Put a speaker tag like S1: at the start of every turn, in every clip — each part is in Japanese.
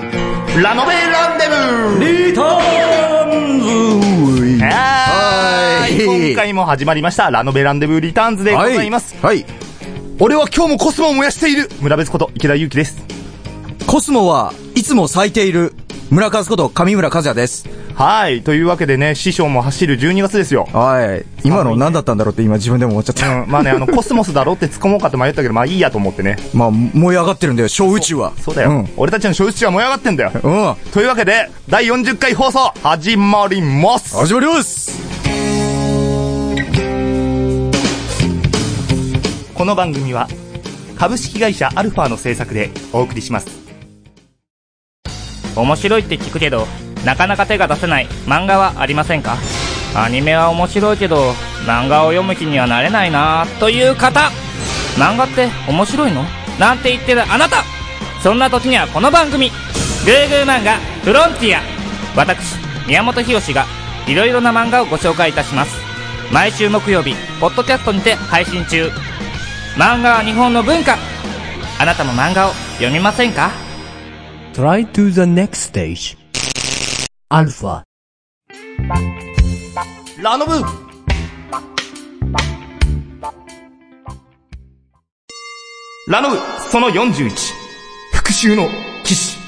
S1: ラノベランデブー
S2: リターンズ
S1: はー
S2: はい
S1: い今回も始まりました、ラノベランデブーリターンズでございます。
S2: はい。はい
S1: 俺は今日もコスモを燃やしている村別こと池田祐希です。
S2: コスモはいつも咲いている村和こと上村和也です。
S1: はい。というわけでね、師匠も走る12月ですよ。
S2: はい。今の何だったんだろうって今自分でも思っちゃっ
S1: う
S2: た。
S1: ん、まあね、 あの、コスモスだろって突っ込もうかと迷ったけど、まあいいやと思ってね。
S2: まあ、燃え上がってるんだよ、小宇宙は。
S1: そうだよ。俺たちの小宇宙は燃え上がってんだよ。
S2: うん。うん。
S1: というわけで、第40回放送、始まります
S2: 始まります
S1: この番組は、株式会社アルファの制作でお送りします。
S3: 面白いって聞くけどなかなか手が出せない漫画はありませんかアニメは面白いけど漫画を読む気にはなれないなという方漫画って面白いのなんて言ってるあなたそんな時にはこの番組「グーグー漫画フロンティア」私宮本浩がいろいろな漫画をご紹介いたします毎週木曜日ポッドキャストにて配信中漫画は日本の文化あなたも漫画を読みませんか
S4: Try to the next stage. Alpha.
S1: ラノブラノブその41復讐の騎士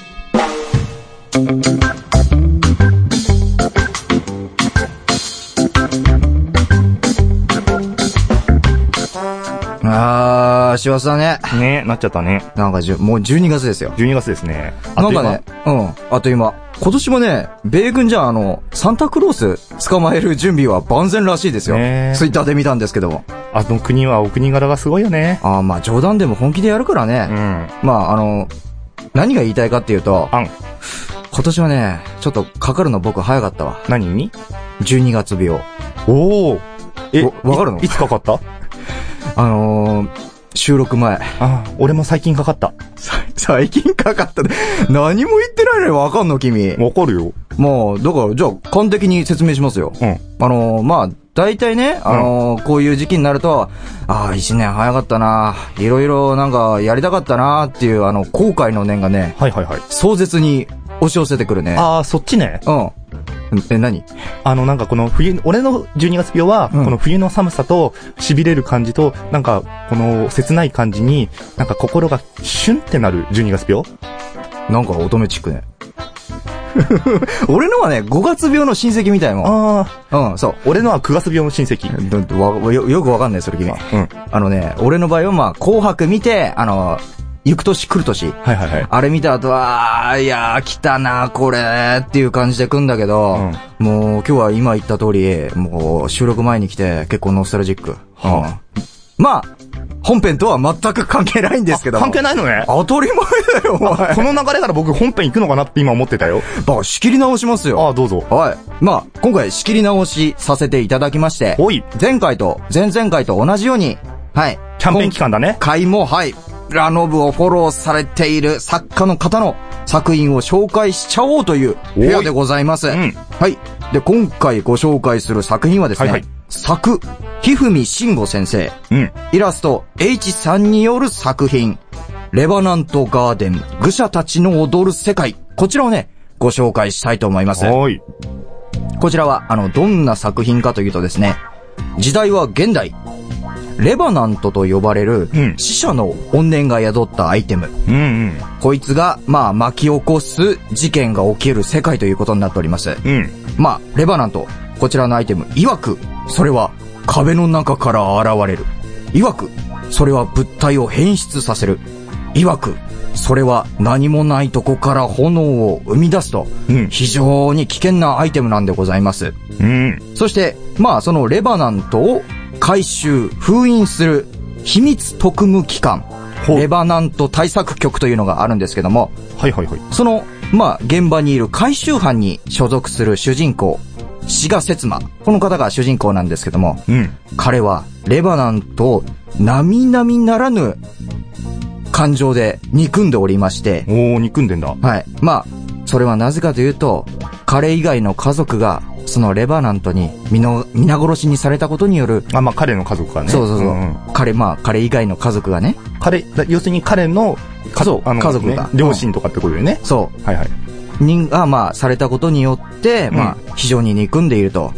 S2: あー、師走だね。
S1: ねなっちゃったね
S2: なんかじゅ、もう12月ですよ。
S1: 12月ですね
S2: なんかね、うん、あっという間。今年もね、米軍じゃあの、サンタクロース捕まえる準備は万全らしいですよ。
S1: ねえ
S2: ツイッターで見たんですけども。
S1: あの国はお国柄がすごいよね
S2: ああ、まあ冗談でも本気でやるから
S1: う
S2: ね。
S1: ん
S2: まああの、何が言いたいかっていうと、
S1: あん
S2: 今年はね、ちょっとかかるの僕早かったわ。
S1: 何に
S2: 12月病。
S1: おおえ
S2: わわかるの
S1: いいつかかった
S2: あのー、収録前。
S1: あ俺も最近かかった
S2: さ最近かかったね。何も言ってないのにわかんの君。
S1: わかるよ
S2: もう、だから、じゃあ、完璧に説明しますよ。
S1: うん
S2: あのー、まあ、大体ね、あのー、こういう時期になると、ああ、一年早かったな、いろいろなんかやりたかったなっていう、あの、後悔の念がね、
S1: はいはいはい
S2: 壮絶に押し寄せてくるね。
S1: ああそっちね
S2: うん。え、何
S1: あのなんかこの冬俺の12月病は、
S2: うん
S1: この冬の寒さと痺れる感じとなんかこの切ない感じになんか心がシュンってなる12月病
S2: なんか乙女チックね。俺のはね、5月病の親戚みたいもん。
S1: ああ
S2: うん、そう。
S1: 俺のは9月病の親戚。
S2: どどわよよくわかんない、それ君。
S1: うん。
S2: あのね、俺の場合はまあ、紅白見て、あの、行く年来る年。
S1: はいはいはい。
S2: あれ見た後は、あーいやー、来たな、これ、っていう感じで来んだけど、もう今日は今言った通り、もう収録前に来て結構ノスタルジック。
S1: は
S2: うんまあ、本編とは全く関係ないんですけど。
S1: 関係ないのね。
S2: 当たり前だよ、お前。
S1: この流れから僕本編行くのかなって今思ってたよ。
S2: だから仕切り直しますよ。
S1: ああ、どうぞ。
S2: はい。まあ、今回仕切り直しさせていただきまして、
S1: おい、
S2: 前回と前々回と同じように、はい。
S1: キャンペーン期間だね
S2: 今。回も、はい。ラノブをフォローされている作家の方の作品を紹介しちゃおうという部屋でございます。
S1: うん
S2: はい。で、今回ご紹介する作品はですね、
S1: はいはい
S2: 作、ひふみしんご先生、
S1: うん。
S2: イラスト H さんによる作品、レバナントガーデン、愚者たちの踊る世界、こちらをね、ご紹介したいと思います。
S1: おい。
S2: こちらは、あの、どんな作品かというとですね、時代は現代。レバナントと呼ばれる
S1: うん
S2: 死者の怨念が宿ったアイテム。
S1: うんうん。
S2: こいつが、まあ、巻き起こす事件が起きる世界ということになっております。
S1: うん。
S2: まあ、レバナント、こちらのアイテム、曰く、それは壁の中から現れる。曰く、それは物体を変質させる。曰く、それは何もないとこから炎を生み出すと、
S1: うん
S2: 非常に危険なアイテムなんでございます。
S1: うん。
S2: そして、まあ、そのレバナントを回収、封印する秘密特務機関、
S1: ほう
S2: レバナント対策局というのがあるんですけども、
S1: はいはいはい。
S2: その、まあ、現場にいる回収班に所属する主人公、志賀節馬。この方が主人公なんですけども、
S1: うん。
S2: 彼はレバナントを並々ならぬ感情で憎んでおりまして、
S1: おー、憎んでんだ。
S2: はい。まあ、それはなぜかというと、彼以外の家族が、そのレバナントに皆皆殺しにされたことによる、
S1: あ、まあ、彼の家族がね。
S2: そうそうそう、
S1: んん
S2: 彼、まあ、彼以外の家族がね、
S1: 彼、だ要するに彼の、
S2: そう
S1: あの
S2: 家族が
S1: ね両親とかってことよね。
S2: そう、
S1: はいはい。
S2: 人が、まあ、されたことによって、まあ、非常に憎んでいると。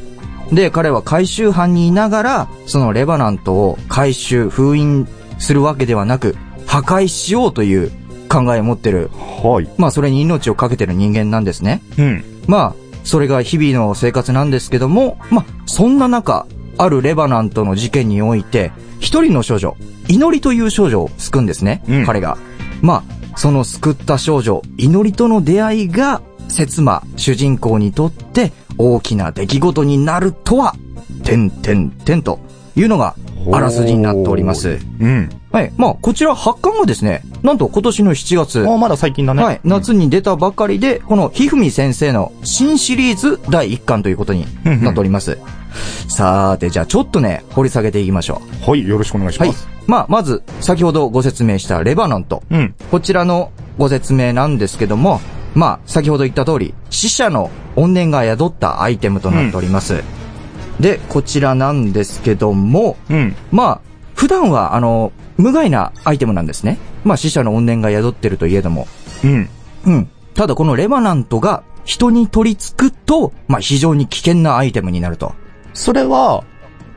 S2: で、彼は回収班にいながら、そのレバナントを回収、封印するわけではなく、破壊しようという考えを持ってる、
S1: はい。
S2: まあ、それに命を懸けてる人間なんですね。
S1: うん。
S2: まあ、それが日々の生活なんですけども、まあ、そんな中、あるレバナントの事件において、一人の少女、祈りという少女を救うんですね、
S1: うん
S2: 彼が。まあ、その救った少女、祈りとの出会いが、節馬、主人公にとって大きな出来事になるとは、てんてんてんというのが、あらすじになっております。
S1: うん。
S2: はい。まあ、こちら発刊がですね、なんと今年の7月。
S1: ああ、まだ最近だね。
S2: はい。夏に出たばかりで、このひふみ先生の新シリーズ第1巻ということになっております。さーて、じゃあちょっとね、掘り下げていきましょ
S1: はい、よろしくお願いし
S2: う。は
S1: ま
S2: い
S1: す。。
S2: まあ、まず、先ほどご説明したレバノンと、
S1: うん。
S2: こちらのご説明なんですけども、まあ、先ほど言った通り、死者の怨念が宿ったアイテムとなっております。で、こちらなんですけども、
S1: うん。
S2: まあ、普段は、あの、無害なアイテムなんですね。まあ、死者の怨念が宿ってるといえども、
S1: うん。
S2: うん。ただこのレバナントが人に取り付くと、まあ、非常に危険なアイテムになると。
S1: それは、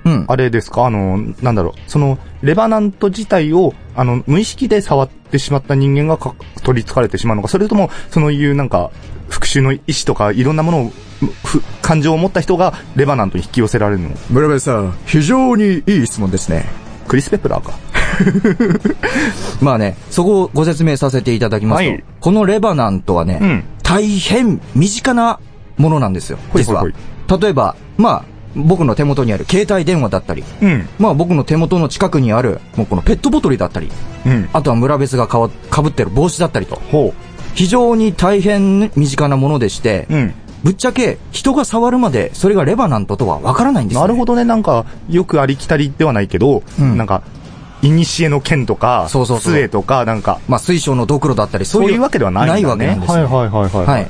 S2: うん。
S1: あれですかあの、なんだろう。その、レバナント自体を、あの、無意識で触ってしまった人間がか取り憑かれてしまうのか、それとも、そのいうなんか、復讐の意思とか、いろんなものを、ふ感情を持った人が、レバナントに引き寄せられるの。
S2: 村部さん、非常にいい質問ですね。
S1: クリス・ペプラーか。
S2: まあね、そこをご説明させていただきますと、
S1: はい
S2: このレバナントはね、
S1: うん
S2: 大変身近なものなんですよ、
S1: ほい
S2: 実
S1: ほい
S2: は
S1: ほい。
S2: 例えば、まあ、僕の手元にある携帯電話だったり、
S1: うん。
S2: まあ僕の手元の近くにある、もうこのペットボトルだったり、
S1: うん。
S2: あとは村別がかわ被ってる帽子だったりと、
S1: ほ
S2: 非常に大変身近なものでして、
S1: う。うん。
S2: ぶっちゃけ人が触るまでそれがレバナントとはわからないんです、ね、
S1: なるほどね、なんか、よくありきたりではないけど、
S2: うん
S1: なんか、いにしえの剣とか、
S2: そうそうそう
S1: 杖とか、なんか、
S2: まあ水晶のドクロだったりそう
S1: そ
S2: いう
S1: ういうわけではないんだ、
S2: な
S1: ね。
S2: いわけなんです、ね
S1: はいはいはいはい。
S2: はい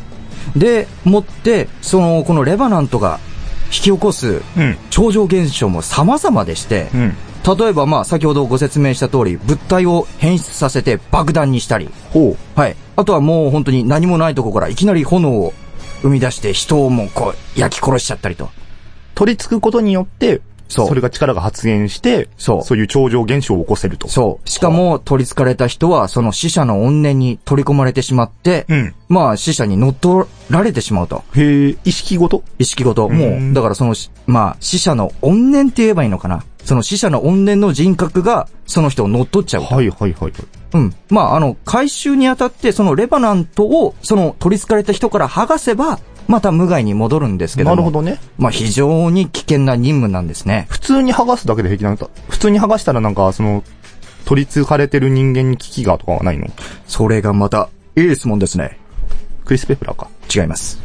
S2: でもってそのこのレバナントが引き起こす
S1: うん。
S2: 超常現象も様々でして、
S1: うん。
S2: 例えばまあ先ほどご説明した通り物体を変質させて爆弾にしたり
S1: ほ
S2: はいあとはもう本当に何もないとこからいきなり炎を生み出して人をもうこう焼き殺しちゃったりと
S1: う。取り付くことによって、
S2: そう
S1: れが力が発現して、
S2: そう
S1: いう超常現象を起こせると。
S2: そう。しかも、取り憑かれた人は、その死者の怨念に取り込まれてしまって、
S1: うん
S2: まあ、死者に乗っ取られてしまうと。
S1: う。へえ、意識ごと
S2: 意識ごと。
S1: ん
S2: もう、だからそのし、まあ、死者の怨念って言えばいいのかな。その死者の怨念の人格が、その人を乗っ取っちゃう。
S1: はいはいはいはい。
S2: うん。まあ、あの、回収にあたって、そのレバナントを、その取り憑かれた人から剥がせば、また無害に戻るんですけども。
S1: なるほどね。
S2: まあ、非常に危険な任務なんですね。
S1: 普通に剥がすだけで平気なんだ。普通に剥がしたらなんか、その、取り付かれてる人間に危機がとかはないの
S2: それがまた、いい質問ですね。
S1: クリス・ペプラーか。
S2: 違います。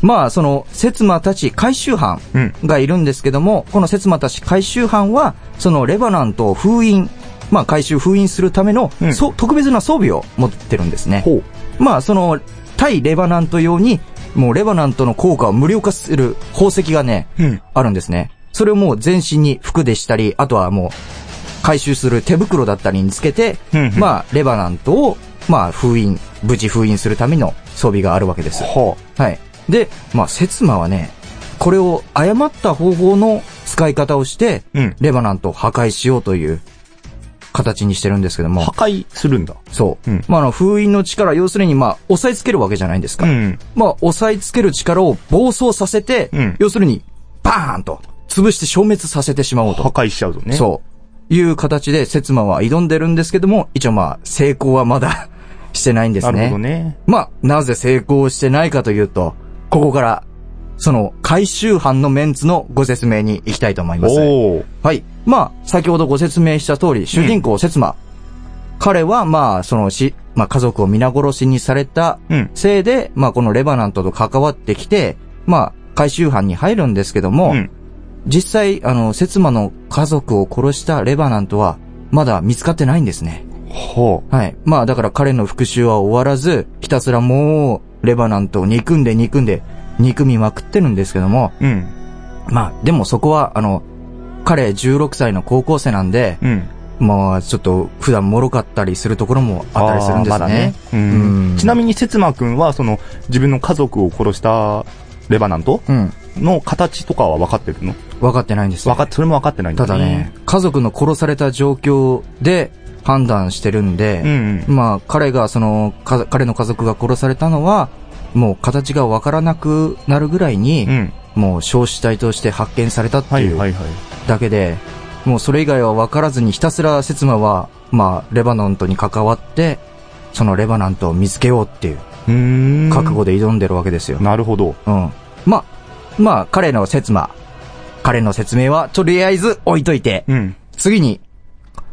S2: まあ、その、節馬たち回収班
S1: うん
S2: がいるんですけども、この節馬たち回収班は、そのレバナントを封印、まあ、回収封印するための、
S1: うん
S2: そう特別な装備を持ってるんですね。
S1: ほう。
S2: まあ、その、対レバナント用に、もうレバナントの効果を無料化する宝石がね、
S1: うん
S2: あるんですね。それをもう全身に服でしたり、あとはもう、回収する手袋だったりにつけて、
S1: うんうん
S2: まあ、レバナントを、まあ、封印、無事封印するための装備があるわけです。
S1: は
S2: はい。で、まあ、節馬はね、これを誤った方法の使い方をして、
S1: うん
S2: レバナントを破壊しようという形にしてるんですけど
S1: あ。
S2: も、
S1: 破壊するんだ。
S2: そう。
S1: うん
S2: まあ、あの、封印の力、要するに、まあ、押さえつけるわけじゃないですか。
S1: うん
S2: まあ、押さえつける力を暴走させて、
S1: うん
S2: 要するに、バーンと、潰して消滅させてしまおうと。
S1: 破壊しちゃうとね。
S2: そう。いう形で、節馬は挑んでるんですけども、一応まあ、成功はまだ、 してないんです
S1: な
S2: ね。
S1: るほどね。
S2: まあ、なぜ成功してないかというと、ここから、その、回収班のメンツのご説明に行きたいと思います。
S1: おー。
S2: はい。まあ、先ほどご説明した通り、主人公、節馬。彼は、まあ、その、し、まあ、家族を皆殺しにされた
S1: うん
S2: せいで、まあ、このレバナントと関わってきて、まあ、回収班に入るんですけども、
S1: うん
S2: 実際、あの、節馬の家族を殺したレバナントは、まだ見つかってないんですね。
S1: は
S2: はい。まあだから彼の復讐は終わらず、ひたすらもう、レバナントを憎んで憎んで、憎みまくってるんですけども、
S1: あ。うん。
S2: まあでもそこは、あの、彼16歳の高校生なんで、
S1: うん。
S2: まあ、ちょっと普段脆かったりするところもあったりするんです
S1: あーまだ
S2: ね。
S1: うん
S2: うん
S1: ちなみに、せつまくんは、その、自分の家族を殺したレバナント
S2: うん。
S1: の形とかは分かってるの
S2: 分かってないんです。
S1: 分かっそれも分かってないんだ
S2: ただね。、家族の殺された状況で判断してるんで、
S1: うんうん。
S2: まあ、彼が、その、か彼の家族が殺されたのは、もう形がわからなくなるぐらいに、
S1: うん。
S2: もう焼死体として発見されたって
S1: はいいは
S2: う
S1: いはい。
S2: だけで、もうそれ以外はわからずにひたすら節馬は、まあ、レバノンとに関わって、そのレバナントを見つけようっていう
S1: うーん。
S2: 覚悟で挑んでるわけですよ。
S1: なるほど。
S2: うん。まあ、まあ、彼の節馬、彼の説明はとりあえず置いといて、
S1: うん。
S2: 次に、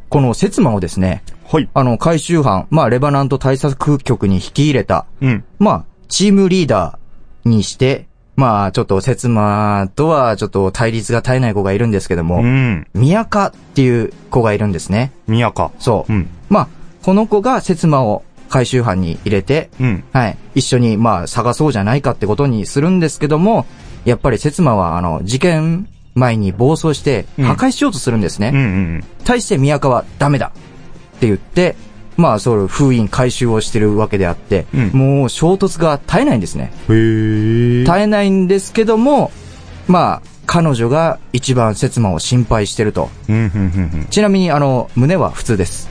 S2: この節馬をですね、
S1: はい。
S2: あの、回収班、まあ、レバナント対策局に引き入れた、
S1: うん。
S2: まあ、チームリーダーにして、まあ、ちょっと、節馬とは、ちょっと対立が絶えない子がいるんですけど
S1: う
S2: も、
S1: ん。
S2: 宮カっていう子がいるんですね。
S1: 宮か。
S2: そう
S1: う。ん。
S2: まあ、この子が節馬を回収班に入れて、
S1: うん。
S2: はい、一緒に、まあ、探そうじゃないかってことにするんですけども、やっぱり節馬は、あの、事件前に暴走して、
S1: うん
S2: 破壊しようとするんですね。
S1: うんうん
S2: 対して宮川はダメだって言って、まあそういう封印回収をしてるわけであって、
S1: うん
S2: もう衝突が絶えないんですね。
S1: うん。へえ。
S2: 絶えないんですけども、まあ彼女が一番節馬を心配してると。
S1: うん、うん、うん
S2: ちなみにあの、胸は普通です。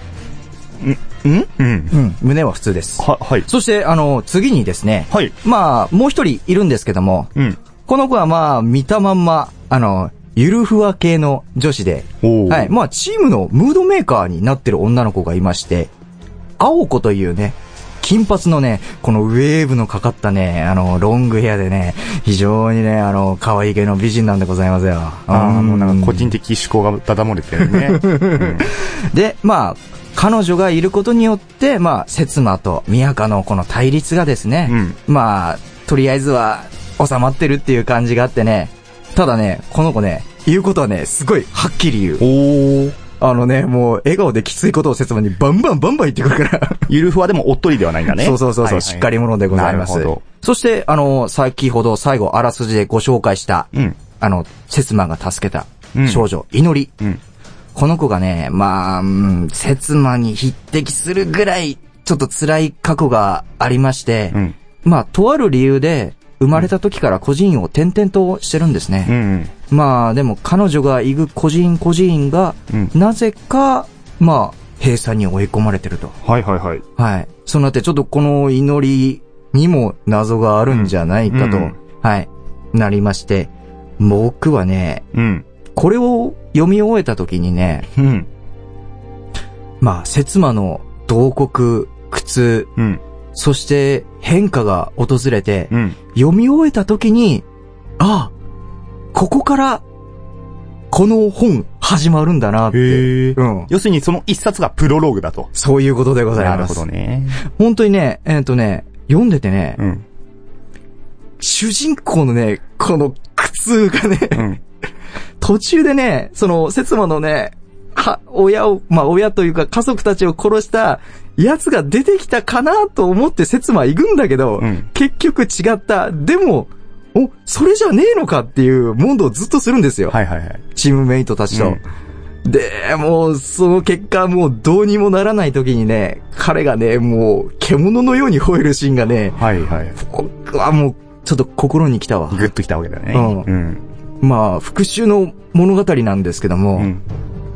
S1: うん。んうん。
S2: うん、胸は普通です。
S1: は、はい。
S2: そしてあの、次にですね、
S1: はい。
S2: まあもう一人いるんですけども、
S1: うん。
S2: この子はまあ見たまんま、あの、ゆるふわ系の女子で、
S1: おー
S2: はい。まあ、チームのムードメーカーになってる女の子がいまして、青子というね、金髪のね、このウェーブのかかったね、あの、ロングヘアでね、非常にね、あの、可愛い系の美人なんでございますよ。
S1: ああ、もうなんか個
S2: うん
S1: 人的思考がだだ漏れてるね。 うん
S2: で、まあ、彼女がいることによって、まあ、節馬と宮香のこの対立がですね、
S1: うん
S2: まあ、とりあえずは収まってるっていう感じがあってね、ただね、この子ね、言うことはね、すごいはっきり言う。
S1: おお。
S2: あのね、もう、笑顔できついことを説明にバンバンバンバン言ってくるから。
S1: ゆるふわでもおっとりではないんだね。
S2: そうそうそうそう、
S1: はいはい
S2: しっかり者でございます
S1: なるほど。
S2: そして、あの、先ほど最後、あらすじでご紹介した、
S1: うん。
S2: あの、節馬が助けた
S1: うん
S2: 少女、祈り。
S1: うん。
S2: この子がね、まあ、うん、節馬に匹敵するぐらい、ちょっと辛い過去がありまして、
S1: うん。
S2: まあ、とある理由で、生まれた時から孤児院を転々としてるんですね。
S1: うん。
S2: まあでも彼女が行く個人個人が、
S1: うん
S2: なぜか、まあ、閉鎖に追い込まれてると。
S1: はいはいはい。
S2: はい。そうなってちょっとこの祈りにも謎があるんじゃないかと、
S1: うんうん
S2: はい、なりまして、僕はね、
S1: うん。
S2: これを読み終えた時にね、
S1: うん。
S2: まあ、節馬の慟哭、苦痛、
S1: うん。
S2: そして変化が訪れて、
S1: うん。
S2: 読み終えた時に、ああ、ここから、この本始まるんだなって。
S1: へえ。
S2: うん。
S1: 要するにその一冊がプロローグだと。
S2: そういうことでござい
S1: なる
S2: ま
S1: ほ
S2: す。
S1: どね。
S2: 本当にね、えっ、とね、読んでてね、
S1: うん。
S2: 主人公のね、この苦痛がね、
S1: うん。
S2: 途中でね、その、節馬のね、は、親を、まあ、親というか家族たちを殺した、奴が出てきたかなと思って節馬行くんだけど、
S1: うん
S2: 結局違った。でも、お、それじゃねえのかっていう問答をずっとするんですよ。
S1: はいはいはい。
S2: チームメイトたちと。で、もう、その結果、もうどうにもならない時にね、彼がね、もう、獣のように吠えるシーンがね、
S1: はいはい。
S2: 僕はもう、ちょっと心に来たわ。
S1: グッときたわけだね。
S2: うん
S1: うん。
S2: まあ、復讐の物語なんですけども、
S1: うん。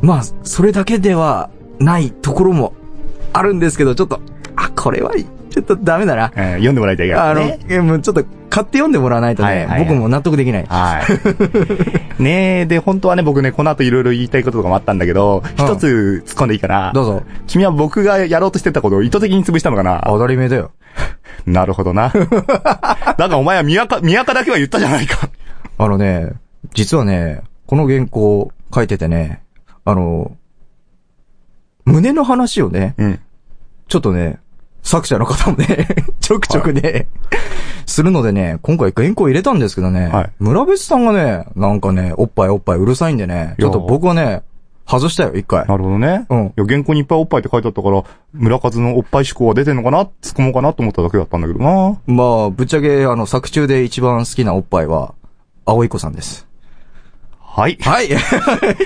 S2: まあ、それだけではないところもあるんですけど、ちょっと、あ、これは、ちょっとダメだな。
S1: えー読んでもらいたいから
S2: あの、
S1: ね。
S2: えもうちょっと買って読んでもらわないとね、
S1: はいはいはい
S2: 僕も納得できない。
S1: はい。ねえ、で、本当はね、僕ね、この後いろいろ言いたいこととかもあったんだけど、一つ突っ込んでいいかな。
S2: どうぞ。
S1: 君は僕がやろうとしてたことを意図的に潰したのかな
S2: 踊り目だよ。
S1: なるほど な。だからお前は宮か、宮かだけは言ったじゃないか。
S2: あのね、実はね、この原稿書いててね、あの、胸の話をね、
S1: うん。
S2: ちょっとね、作者の方もね、 ちょくちょくね、するのでね、今回原稿入れたんですけどね、
S1: はい
S2: 村別さんがね、なんかね、おっぱいおっぱいうるさいんでね、ちょっと僕はね、外したよ、一回。
S1: なるほどね。
S2: うん
S1: いや、原稿にいっぱいおっぱいって書いてあったから、村数のおっぱい思考が出てんのかな突っ込もうかなと思っただけだったんだけどな。
S2: まあ、ぶっちゃけ、あの、作中で一番好きなおっぱいは、青い子さんです。
S1: はい。
S2: はい。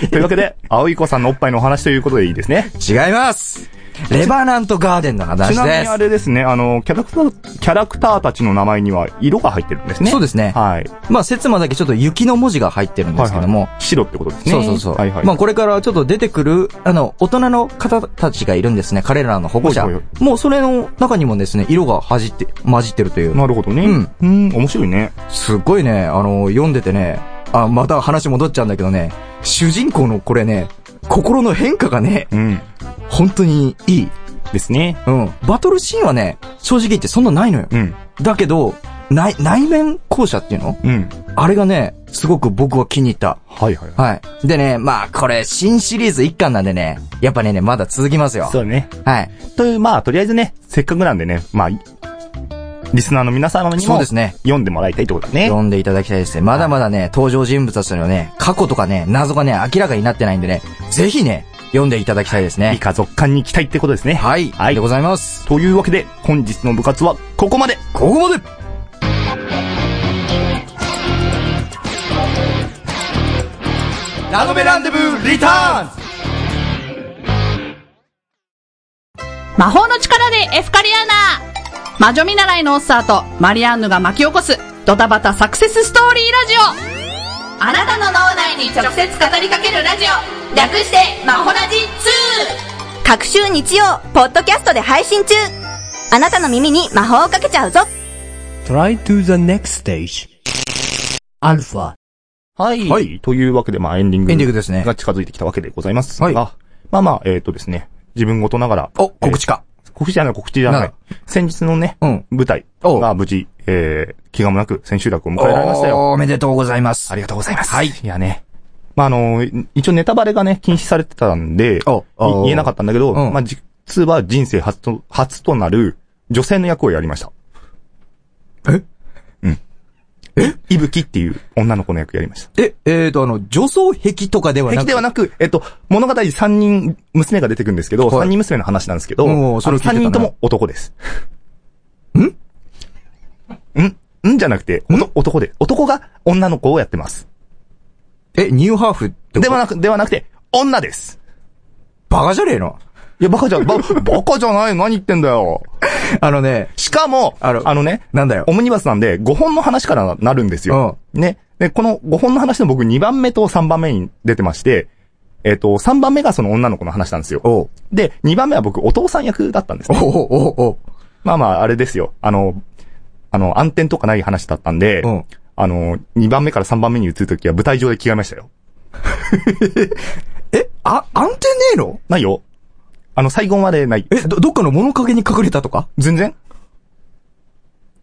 S1: というわけで、青い子さんのおっぱいのお話ということでいいですね。
S2: 違います。レバナントガーデンの話で
S1: ち
S2: す。
S1: なみにあれですね、あの、キャラクター、キャラクターたちの名前には色が入ってるんですね。
S2: そうですね。
S1: はい。
S2: まあ、説まだけちょっと雪の文字が入ってるんですけども、
S1: 白ってことですね。
S2: そうそうそう。
S1: はいはい。
S2: まあ、これからちょっと出てくる、あの、大人の方たちがいるんですね。彼らの保護者
S1: ほいほい。
S2: もうそれの中にもですね、色がはじって、混じってるという。
S1: なるほどね。うん。面白いね。
S2: すっごいね、あの、読んでてね、あ、また話戻っちゃうんだけどね、主人公のこれね、心の変化がね、
S1: うん。
S2: 本当にいい。
S1: ですね。
S2: うん。バトルシーンはね、正直言ってそんなないのよ。
S1: うん。
S2: だけど、内、内面校舎っていうの
S1: うん。
S2: あれがね、すごく僕は気に入った。
S1: はいはい。
S2: はい。でね、まあこれ新シリーズ1巻なんでね、やっぱね、ねまだ続きますよ。
S1: そうね。
S2: はい。
S1: という、まあ、とりあえずね、せっかくなんでね、まあ、いリスナーの皆様に
S2: そう
S1: も
S2: で、すね。
S1: 読んでもらいたいってことだね。
S2: 読んでいただきたいですね。まだまだね、登場人物たちのね、過去とかね、謎がね、明らかになってないんでね、ぜひね、読んでいただきたいです
S1: 以
S2: ね。
S1: 下続刊に行きたいってことですね。
S2: はい。
S1: はい
S2: でございます。
S1: というわけで、本日の部活はここまで
S2: ここまでラノベランデブーリターンズ
S5: 魔法の力でエフカリアーナ魔女見習いのオッサーとマリアンヌが巻き起こすドタバタサクセスストーリーラジオあなたの脳内に直接語りかけるラジオ略してマホラジ
S6: 各週日曜、ポッドキャストで配信中あなたの耳に魔法をかけちゃうぞ
S4: Try to the next stage. Alpha.
S1: はい
S2: は
S1: というわけで、まあ、エンディング。
S2: エンディングですね
S1: が近づいてきたわけでございますが。
S2: はい
S1: まあまあ、えっ、とですね。自分ごとながら。
S2: お、告知か。
S1: えー。告知じゃない、告知じゃな
S2: ないい。
S1: 先日のね、
S2: うん
S1: 舞台
S2: おう
S1: が無事、えー、気がもなく千秋楽を迎えられましたよ。
S2: おーおめでとうございます。
S1: ありがとうございます。
S2: はい
S1: いやね。まあ、あの、い一応ネタバレがね、禁止されてたんで、い
S2: おお
S1: 言えなかったんだけど、
S2: うん
S1: まあ、実は人生初と、初となる女性の役をやりました。
S2: え
S1: うん。えいぶきっていう女の子の役やりました。
S2: え、えー、と、あの、女装壁とかではな
S1: 敵
S2: く
S1: ではなく、えっと、物語3人娘が出てくるんですけど、
S2: はい
S1: 3人娘の話なんですけ
S2: お
S1: ど、
S2: ーそれ聞いてた
S1: 3
S2: な
S1: 人とも男 です。んんんじゃなくて、おと男で、男が女の子をやってます。
S2: え、ニューハーフって
S1: では
S2: な、
S1: なく、ではなくて、女です。
S2: バカじゃねえの
S1: いや、バカじゃ、バ、バカじゃない何言ってんだよ。
S2: あのね、
S1: しかも、あ
S2: あの
S1: のね、
S2: なんだよ
S1: オ。ムニバスなんで、5本の話からなるんですよ。ね。で、この5本の話の僕2番目と3番目に出てまして、えっ、と、3番目がその女の子の話なんですよ。
S2: おう
S1: で、2番目は僕、お父さん役だったんです、
S2: お
S1: ね。
S2: うおうおう
S1: まあまあ、あれですよ。あの、あの、暗転とかない話だったんで、
S2: うん
S1: あの、2番目から3番目に移るときは舞台上で着替えましたよ。
S2: え、あ、安定ねえの
S1: ないよ。あの、最後までない。
S2: え、ど、どっかの物陰に隠れたとか
S1: 全然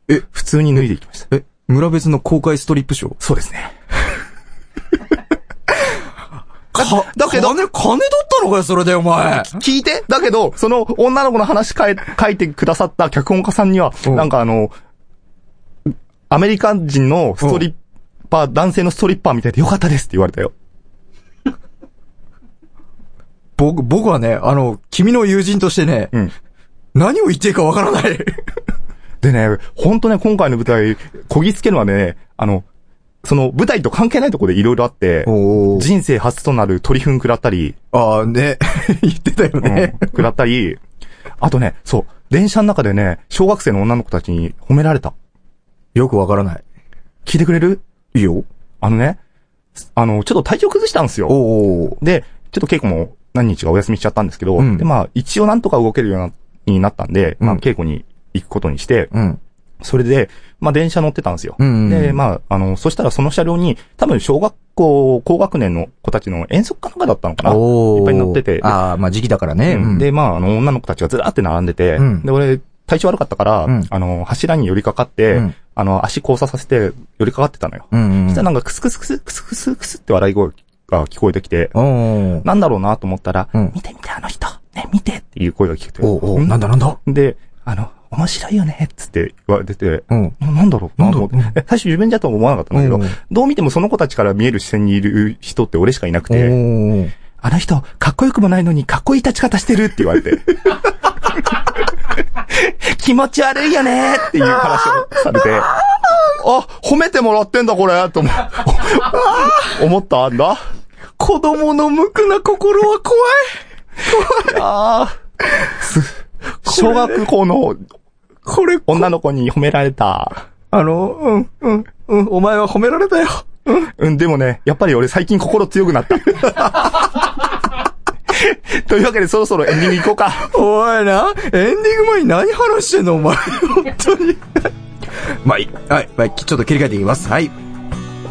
S2: え
S1: 普通に脱いでいきました。
S2: え、村別の公開ストリップショー
S1: そうですね。
S2: か、だけど。金、金取ったのかよ、それでお前。
S1: 聞いてだけど、その女の子の話書い書いてくださった脚本家さんには、
S2: うん
S1: なんかあの、アメリカ人のストリッパー、男性のストリッパーみたいでよかったですって言われたよ。
S2: 僕、僕はね、あの、君の友人としてね、
S1: うん。
S2: 何を言っていいかわからない。
S1: でね、ほんとね、今回の舞台、こぎつけるのはね、あの、その舞台と関係ないところでいろいろあって、
S2: お ー
S1: 人生初となる鳥糞食らったり、
S2: ああ、ね、 言ってたよ
S1: うん
S2: ね。
S1: 食らったり、あとね、そう、電車の中でね、小学生の女の子たちに褒められた。
S2: よくわからない。
S1: 聞いてくれる
S2: いいよ。
S1: あのね、あの、ちょっと体調崩したんですよ。
S2: おうおう
S1: で、ちょっと稽古も何日かお休みしちゃったんですけど、
S2: うん
S1: で、まあ、一応なんとか動けるようなになったんで、まあ、
S2: うん
S1: 稽古に行くことにして、
S2: うん。
S1: それで、まあ、電車乗ってたんですよ。
S2: うんうんうん
S1: で、まあ、あの、そしたらその車両に、多分小学校、高学年の子たちの遠足かなんかだったのかな。
S2: おー
S1: いっぱい乗ってて。
S2: ああ、まあ時期だからね。
S1: うん
S2: うん
S1: で、まあ、あの、女の子たちがずらーって並んでて、
S2: うん
S1: で、俺、体調悪かったから、
S2: うん
S1: あの、柱に寄りかかって、
S2: うん
S1: あの、足交差させて寄りかかってたのよ。
S2: うん
S1: そしたらなんか、クスクスクス、クスクスクスって笑い声が聞こえてきて、
S2: お
S1: なんだろうなと思ったら、
S2: うん
S1: 見て見てあの人、ね、見てっていう声が聞けて、
S2: おお
S1: ん
S2: なんだなんだ
S1: で、あの、面白いよね、っつって言われてて、
S2: うん。
S1: ななんだろうなと思って、
S2: なんだ
S1: え最初自分じゃとは思わなかったんだけど、
S2: うん
S1: どう見てもその子たちから見える視線にいる人って俺しかいなく
S2: お
S1: て、
S2: ー
S1: あの人、かっこよくもないのにかっこいい立ち方してるって言われて、 気持ち悪いよねっていう話をされて、あ、褒めてもらってんだこれ、と思 思ったんだ。
S2: 子供の無垢な心は怖い。
S1: ああ、小学校の
S2: これ、
S1: 女の子に褒められた。
S2: あの、うん、うん、うん、お前は褒められたよ。
S1: うん、でもね、やっぱり俺最近心強くな った。というわけでそろそろエンディング行こうか。
S2: おいな、エンディング前に何話してんのお前、本当に。まあ、いいはい、まあ、きちょっと切り替えていきます。はい。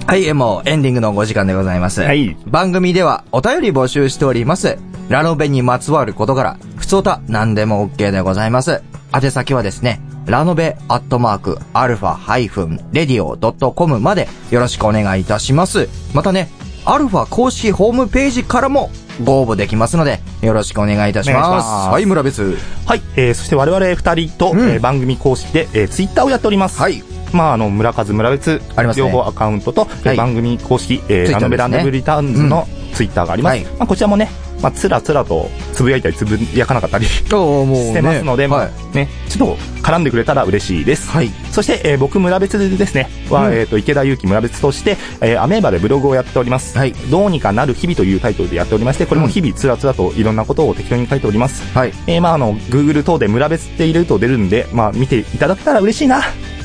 S2: はい、えもうエンディングのお時間でございます。
S1: はい
S2: 番組ではお便り募集しております。ラノベにまつわることから、普通た何でも OK でございます。宛先はですね、ラノベアットマークアルファハイフンレディオドットコムまでよろしくお願いいたします。またね、アルファ公式ホームページからもご応募できますので、よろしくお願いいたします。
S1: お願いします
S2: はい、村別。
S1: はい、えー、そして我々二人と、
S2: うん
S1: えー番組公式で、えー、ツイッターをやっております。
S2: はい。
S1: まあ、あの、村数村別、
S2: ありますね
S1: 両方アカウントと、えー
S2: はい
S1: 番組公式、え
S2: ツイッターですね
S1: ー、ラノベランダブリターンズのツイッターがあります。
S2: はい
S1: まあ、こちらもね、まあ、つらつらと、つぶやいたり、つぶやかなかったり し
S2: おーもう、ね。
S1: てますので、ま
S2: は
S1: あ
S2: い。
S1: ね、ちょっと絡んでくれたら嬉しいです。
S2: はい。
S1: そして、えー僕、村別ですね、は、
S2: うん
S1: えっ、と、池田祐希村別として、えーアメーバでブログをやっております。
S2: はい
S1: どうにかなる日々というタイトルでやっておりまして、これも日々つらつらといろんなことを適当に書いております。
S2: はい。
S1: えーまああの、Google 等で村別って入れると出るんで、まあ見ていただけたら嬉しいな。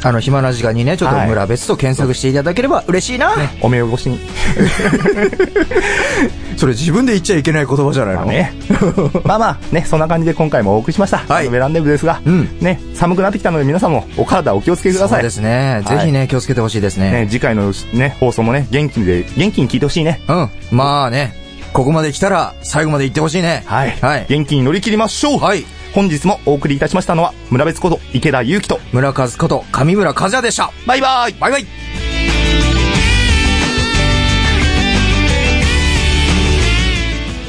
S2: あの、暇な時間にね、ちょっと
S1: はい
S2: 村別と検索していただければ嬉しいな。
S1: お目汚しに。
S2: それ自分で言っちゃいけない言葉じゃない
S1: まあね。 まあまあ、ね、そんな感じで今回もお送りしました。
S2: はい
S1: ベランデブですが、
S2: うん
S1: ね、寒くなってきたので皆さんもお体お気をつけくだ
S2: そ
S1: さ
S2: う
S1: い。
S2: ですね。
S1: は
S2: ぜ
S1: い
S2: ひね、気をつけてほしいですね。
S1: ね、次回のね、放送もね、元気で、元気に聞いてほしいね。
S2: うん。まあね、ここまで来たら、最後まで行ってほしいね。
S1: はい。
S2: はい。
S1: 元気に乗り切りましょう。
S2: はい。
S1: 本日もお送りいたしましたのは、村別こと池田祐希と、
S2: 村和こと上村和也でした。
S1: バイバイ
S2: バイバイ。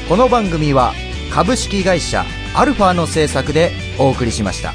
S2: この番組は、株式会社アルファの制作でお送りしました。